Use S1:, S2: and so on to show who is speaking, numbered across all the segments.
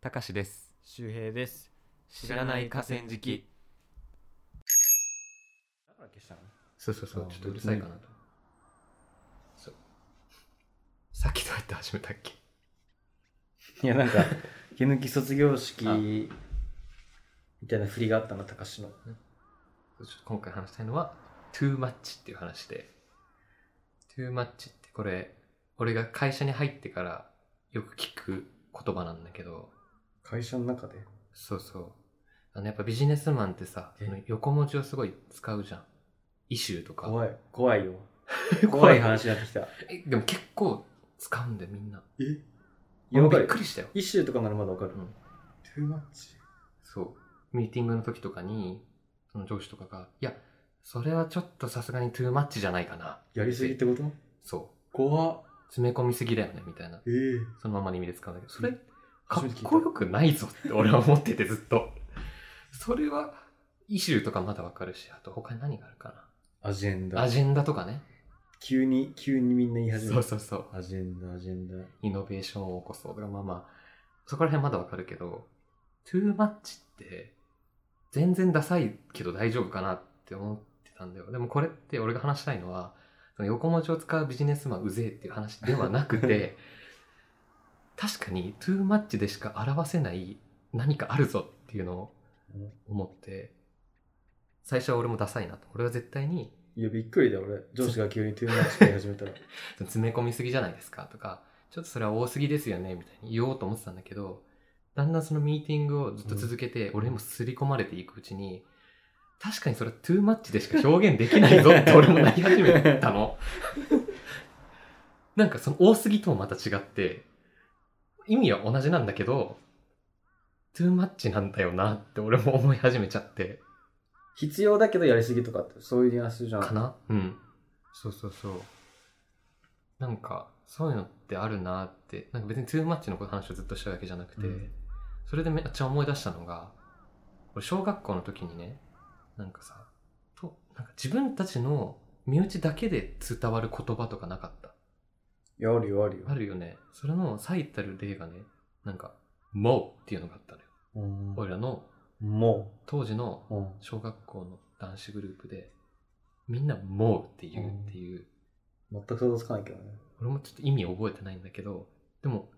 S1: たかしです
S2: 周平です
S1: 知らない河川敷
S2: だから消したの
S1: そうそうそう
S2: あー
S1: ちょっとうるさいかなとそうさっきどうやって始めたっけ
S2: いやなんか毛抜き卒業式みたいな振りがあったの高志の
S1: ちょっと今回話したいのは「too much」っていう話で「too much」ってこれ俺が会社に入ってからよく聞く言葉なんだけど
S2: 会社の中で
S1: そうそうあのやっぱビジネスマンってさ
S2: え
S1: あの横文字をすごい使うじゃんイシューとか
S2: 怖い怖いよ
S1: 怖
S2: 怖
S1: い
S2: い話になってきた
S1: えでも結構使うんだよみんな
S2: え
S1: 俺
S2: や
S1: も
S2: ば
S1: びっ
S2: い
S1: くりしたよ
S2: 一周とかならまだわかる
S1: うん
S2: トゥーマッチ
S1: そう。ミーティングの時とかに、その上司とかが、いや、それはちょっとさすがにトゥーマッチじゃないかな。
S2: やりすぎってこと
S1: そ
S2: 怖っ
S1: う。詰め込みすぎだよね、みたいな。
S2: ええ
S1: そのままの意味で使うんだけど、それ、か
S2: 初
S1: っ
S2: めて聞いた
S1: こよくないぞって俺は思っててずっと。それは、イシューとかまだわかるし、あと他に何があるか
S2: アジェン
S1: な。ア
S2: ダ
S1: ジェンダとかね。
S2: 急に急にみんな言い始め
S1: そう
S2: た
S1: そうそう。
S2: アジェンダアジェンダ
S1: イノベーションを起こそうとか、まあまあ、そこら辺まだわかるけど、トゥーマッチって、全然ダサいけど大丈夫かなって思ってたんだよ。でもこれって俺が話したいのは、その横文字を使うビジネスマンうぜえっていう話ではなくて、確かにトゥーマッチでしか表せない何かあるぞっていうのを思って、最初は俺もダサいなと。俺は絶対に
S2: いやびっくりだ俺上司が急にトゥーマッチって言い始めたら
S1: 詰め込みすぎじゃないですかとかちょっとそれは多すぎですよねみたいに言おうと思ってたんだけどだんだんそのミーティングをずっと続けて、俺も刷り込まれていくうちに確かにそれはトゥーマッチでしか表現できないぞって俺もなり始めたの なんかその多すぎともまた違って意味は同じなんだけどトゥーマッチなんだよなって俺も思い始めちゃって
S2: 必要だけどやりすぎとかってそういうニュアンスじゃん
S1: かなうんそうそうそうなんかそういうのってあるなってなんか別にトゥーマッチの話をずっとしたわけじゃなくて、
S2: うん
S1: それでめっちゃ思い出したのが俺小学校の時にねなんかさとなんか自分たちの身内だけで伝わる言葉とかなかった
S2: いやあるよあるよ
S1: あるよねそれの最たる例がねなんか「もう」っていうのがあったのよ
S2: うん
S1: 俺らの
S2: も
S1: 当時の
S2: う、うん、
S1: 小学校の男子グループでみんな「もう」って言うっていう、
S2: 全く想像つかないけどね
S1: 俺もちょっと意味覚えてないんだけどでも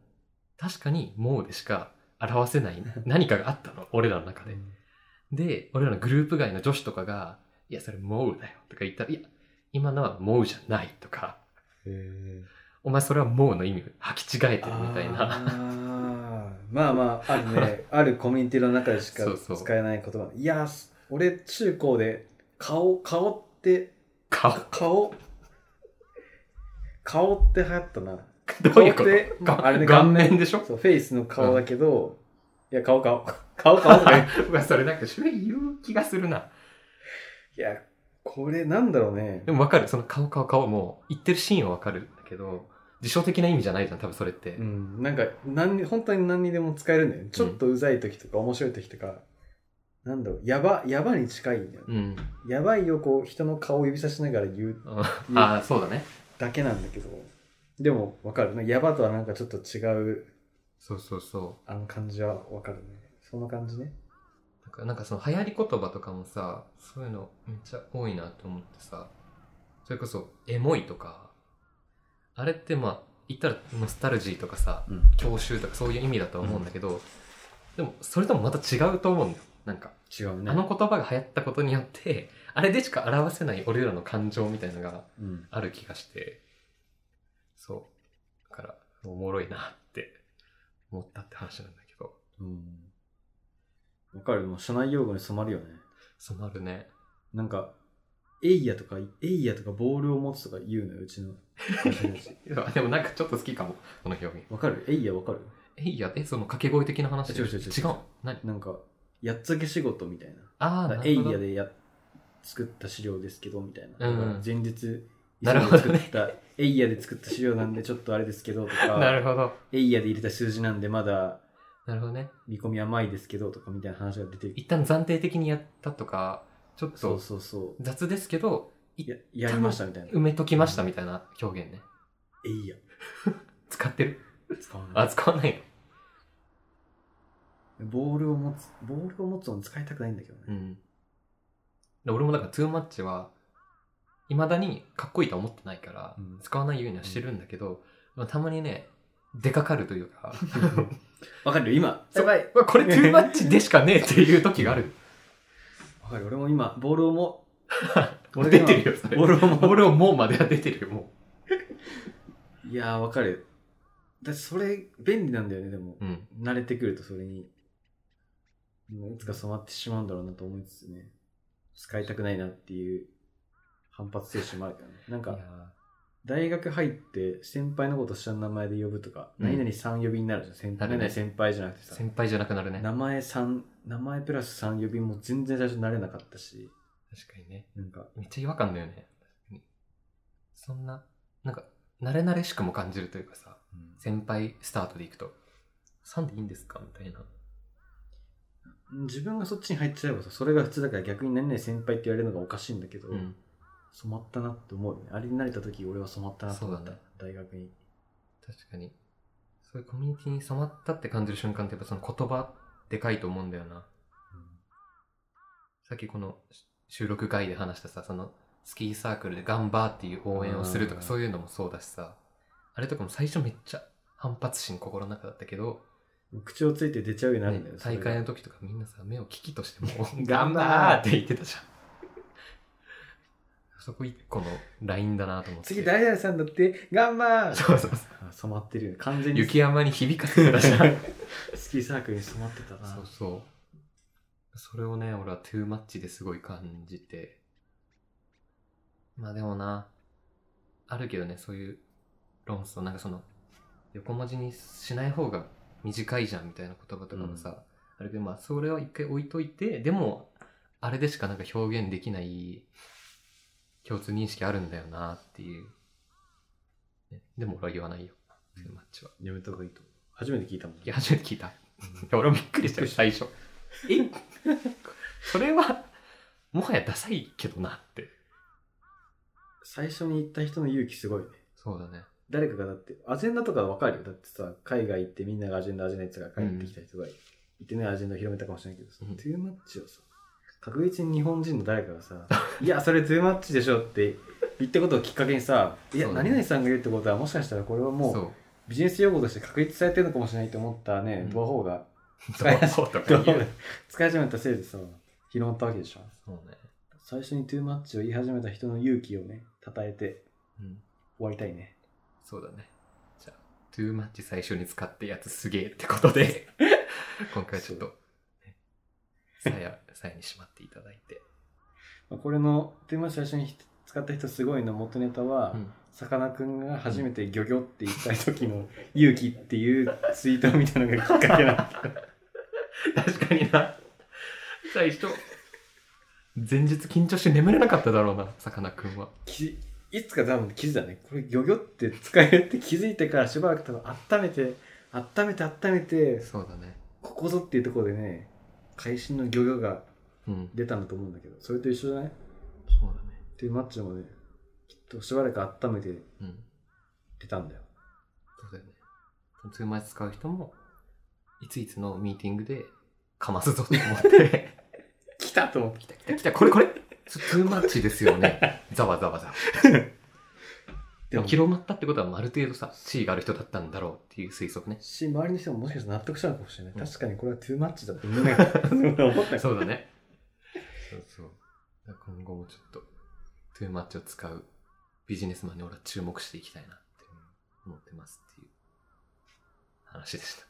S1: 確かに「もう」でしか表せない 何かがあったの俺らの中でで俺らのグループ外の女子とかが「いやそれ「もう」だよ」とか言ったら「いや今のは「もう」じゃない」とか
S2: へえ
S1: 「お前それは「もう」の意味を履き違えてるみたいな
S2: なまあまああるね あるコミュニティの中でしか
S1: そうそう
S2: 使えない言葉いやす俺中高で顔顔って
S1: 顔
S2: 顔顔って流行ったな
S1: どういうこ
S2: 顔って
S1: とが
S2: あれね
S1: 顔面でしょ
S2: そうフェイスの顔だけど、いや顔 顔顔顔とか言 う
S1: うわそれなんかそれ言う気がするない
S2: やこれなんだろうね
S1: でもわかるその顔顔顔も言ってるシーンはわかるんだけど辞書的な意味じゃないじゃん多分それって、
S2: うん、なんか何に本当に何にでも使えるんだよねちょっとうざい時とか面白い時とか、なんだろうやばやばに近いんだよね、
S1: うん、
S2: やばいよこう人の顔を指さしながら言う
S1: ああそうだね
S2: だけなんだけどでもわかるねやばとはなんかちょっと違う
S1: そうそうそう
S2: あの感じはわかるねそんな感じね
S1: なんかなんかその流行り言葉とかもさそういうのめっちゃ多いなと思ってさそれこそ「エモい」とかあれってまあ言ったらノスタルジーとかさ
S2: うん
S1: 郷愁とかそういう意味だと思うんだけど、でもそれともまた違うと思うんだよなんか
S2: 違うね
S1: あの言葉が流行ったことによってあれでしか表せない俺らの感情みたいのが
S2: うん、
S1: ある気がしてそうだからおもろいなって思ったって話なんだけど
S2: うん、わかるもう社内用語に染まるよね
S1: そうなるね
S2: なんかエイヤとかエイヤとかボールを持つとか言うのようちの会社のやつ
S1: いやでもなんかちょっと好きかもこの表現
S2: わかるエイヤわかる
S1: えいや、え、その掛け声的な話
S2: 違う違う違う
S1: 違う。何
S2: なんかやっつけ仕事みたいな
S1: ああ、な
S2: エ
S1: る
S2: イ
S1: ほ
S2: ヤ
S1: ど。
S2: でや作った資料ですけどみたいな、
S1: うん
S2: 前日
S1: なるほど
S2: 急い
S1: ね
S2: で作ったエイヤで作った資料なんでちょっとあれですけどと
S1: な
S2: か
S1: るほど。
S2: エイヤで入れた数字なんでまだ
S1: なるほどね。
S2: 見込み甘いですけどとかみたいな話が出てきて
S1: 一旦暫定的にやったとか、ちょっ
S2: そう
S1: と
S2: そうそ
S1: 雑ですけど、
S2: うややりましたみたいな
S1: 埋めときましたみたいな表現ね。
S2: エイヤ
S1: 使ってる
S2: 使わない
S1: あ、使わないの。
S2: ボールを持つ、ボールを持つの使いたくないんだけどね。
S1: うん。で俺もだから、トゥーマッチは、いまだにかっこいいとは思ってないから、
S2: うん
S1: 使わないようにはしてるんだけど、まあたまにね、出かかるというか、
S2: わかるよ今。
S1: や
S2: ばい。
S1: うわこれトゥーマッチでしかねえっていう時がある。
S2: わかる。俺も今、ボールをも、
S1: 俺出てるよ、それ。
S2: ボールをも、
S1: 俺をもうまでは出てるよ、も
S2: いやー、わかる。だってそれ、便利なんだよね、でも。
S1: う。うん。
S2: 慣れてくるとそれに、うんいつか染まってしまうんだろうなと思いつつね、使いたくないなっていう反発精神もあるからね。なん
S1: いや
S2: か、大学入って先輩のこと下の名前で呼ぶとか、
S1: うん
S2: 何々さん呼びになるじゃん。先
S1: な
S2: 輩、
S1: るね
S2: 何々先輩じゃなくて
S1: ー
S2: さ、
S1: 先輩じゃなくなるね。
S2: 名前さん、名前プラスさん呼びも全然最初慣れなかったし、
S1: 確かにね。
S2: なんか、
S1: めっちゃ違和感だよね。そんな、なんか、慣れ慣れしくも感じるというかさ、先輩スタートでいくと、3でいいんですかみたいな。
S2: 自分がそっちに入っちゃえばさ、それが普通だから逆に何々先輩って言われるのがおかしいんだけど、
S1: うん。
S2: 染まったなって思うよね。あれに慣れた時俺は染まったなと思っ
S1: そ
S2: た、
S1: うだね
S2: 大学に。
S1: 確かに。そういうコミュニティに染まったって感じる瞬間ってやっぱその言葉でかいと思うんだよな。さっきこのし収録外で話したさ、そのスキーサークルで頑張っていう応援をすると
S2: う
S1: か
S2: ん
S1: そういうのもそうだしさ、あれとかも最初めっちゃ反発心心の中だったけど、
S2: 口をついて出ちゃうようになるんだよ、
S1: ね
S2: それ
S1: 大
S2: が、
S1: 会の時とかみんなさ、目を危機としても頑張ーって言ってたじゃん。そこ一個のラインだなと思って。
S2: 次ダイヤさんだって頑張ー
S1: そうそうそう。
S2: あ染まってるよね完全に
S1: 雪山に響かせてたじゃん。
S2: スキーサークルに染まってたな
S1: そうそう。それをね、俺はトゥーマッチですごい感じて。まあでもな、あるけどね、そういう論争、なんかその、横文字にしない方が短いじゃんみたいな言葉とかもさ、あるけど、まあそれは一回置いといて、でも、あれでしかなんか表現できない共通認識あるんだよなっていう。ねでも俺は言わないよ、トゥーマッチは。
S2: やめた方がいいと思う初めて聞いたもん
S1: いや、初めて聞いた。いや、俺もびっくりしたよ、最初。えそれは、もはやダサいけどなって。
S2: 最初に行った人の勇気すごいね
S1: そうだね。
S2: 誰かがだってアジェンダとかわかるよだってさ海外行ってみんながアジェンダアジェンダ言ってたから帰ってきた人が行ってねアジェンダを広めたかもしれないけどさ、
S1: うん
S2: トゥーマッチをさ確実に日本人の誰かがさ「いやそれトゥーマッチでしょ」って言ったことをきっかけにさ「いや
S1: そうだね
S2: 何々さんが言うってことはもしかしたらこれはもう
S1: そ
S2: ビジネス用語として確立されてるのかもしれないと思ったね、
S1: うん
S2: 同胞が
S1: う。そうそうとか言う。
S2: 使い始めたせいでさ広まったわけでしょ
S1: そうね。
S2: 最初にトゥーマッチを言い始めた人の勇気をね称えて
S1: うん。
S2: 終わりたいね
S1: そうだね。じゃあ、トゥーマッチ最初に使ってやつすげえってことで、今回ちょっと、ね、さや、さやにしまっていただいて。
S2: まあこれのトゥーマッチ最初に使った人すごいの元ネタは、
S1: うん。
S2: さかなクンが初めてギョギョって言った時の勇気っていうツイートみたいなのがきっかけな んだ
S1: 確かにな。最初、前日緊張して眠れなかっただろうな、さかなクンは。
S2: きいつか多分気づいたねこれギョギョって使えるって気づいてからしばらく多分温めて温めて温めて
S1: そうだね。
S2: ここぞっていうところでね会心のギョギョが
S1: うん。
S2: 出たんだと思うんだけどそれと一緒じゃない
S1: そうだね。
S2: っていうマッチもねきっとしばらく温めて
S1: うん。
S2: 出たんだよ
S1: そうだよね。トゥーマッチ使う人も、いついつのミーティングでかますぞと思って、
S2: 来たと思って
S1: 来た来た来た、これこれトゥーマッチですよね。ざわざわざわ。で
S2: で
S1: も
S2: も
S1: 広まったってことは、ある程度さ、地位がある人だったんだろうっていう推測ね。
S2: し周りの人ももしかしたら納得したのかもしれない、
S1: うん
S2: 確かにこれはトゥーマッチだってみんなが 思った
S1: そうだね。そうそう。だから今後もちょっと、トゥーマッチを使うビジネスマンに俺は注目していきたいなって思ってますっていう話でした。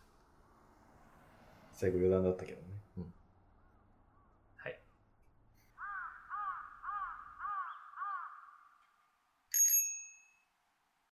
S2: 最後余談だったけどね、
S1: うん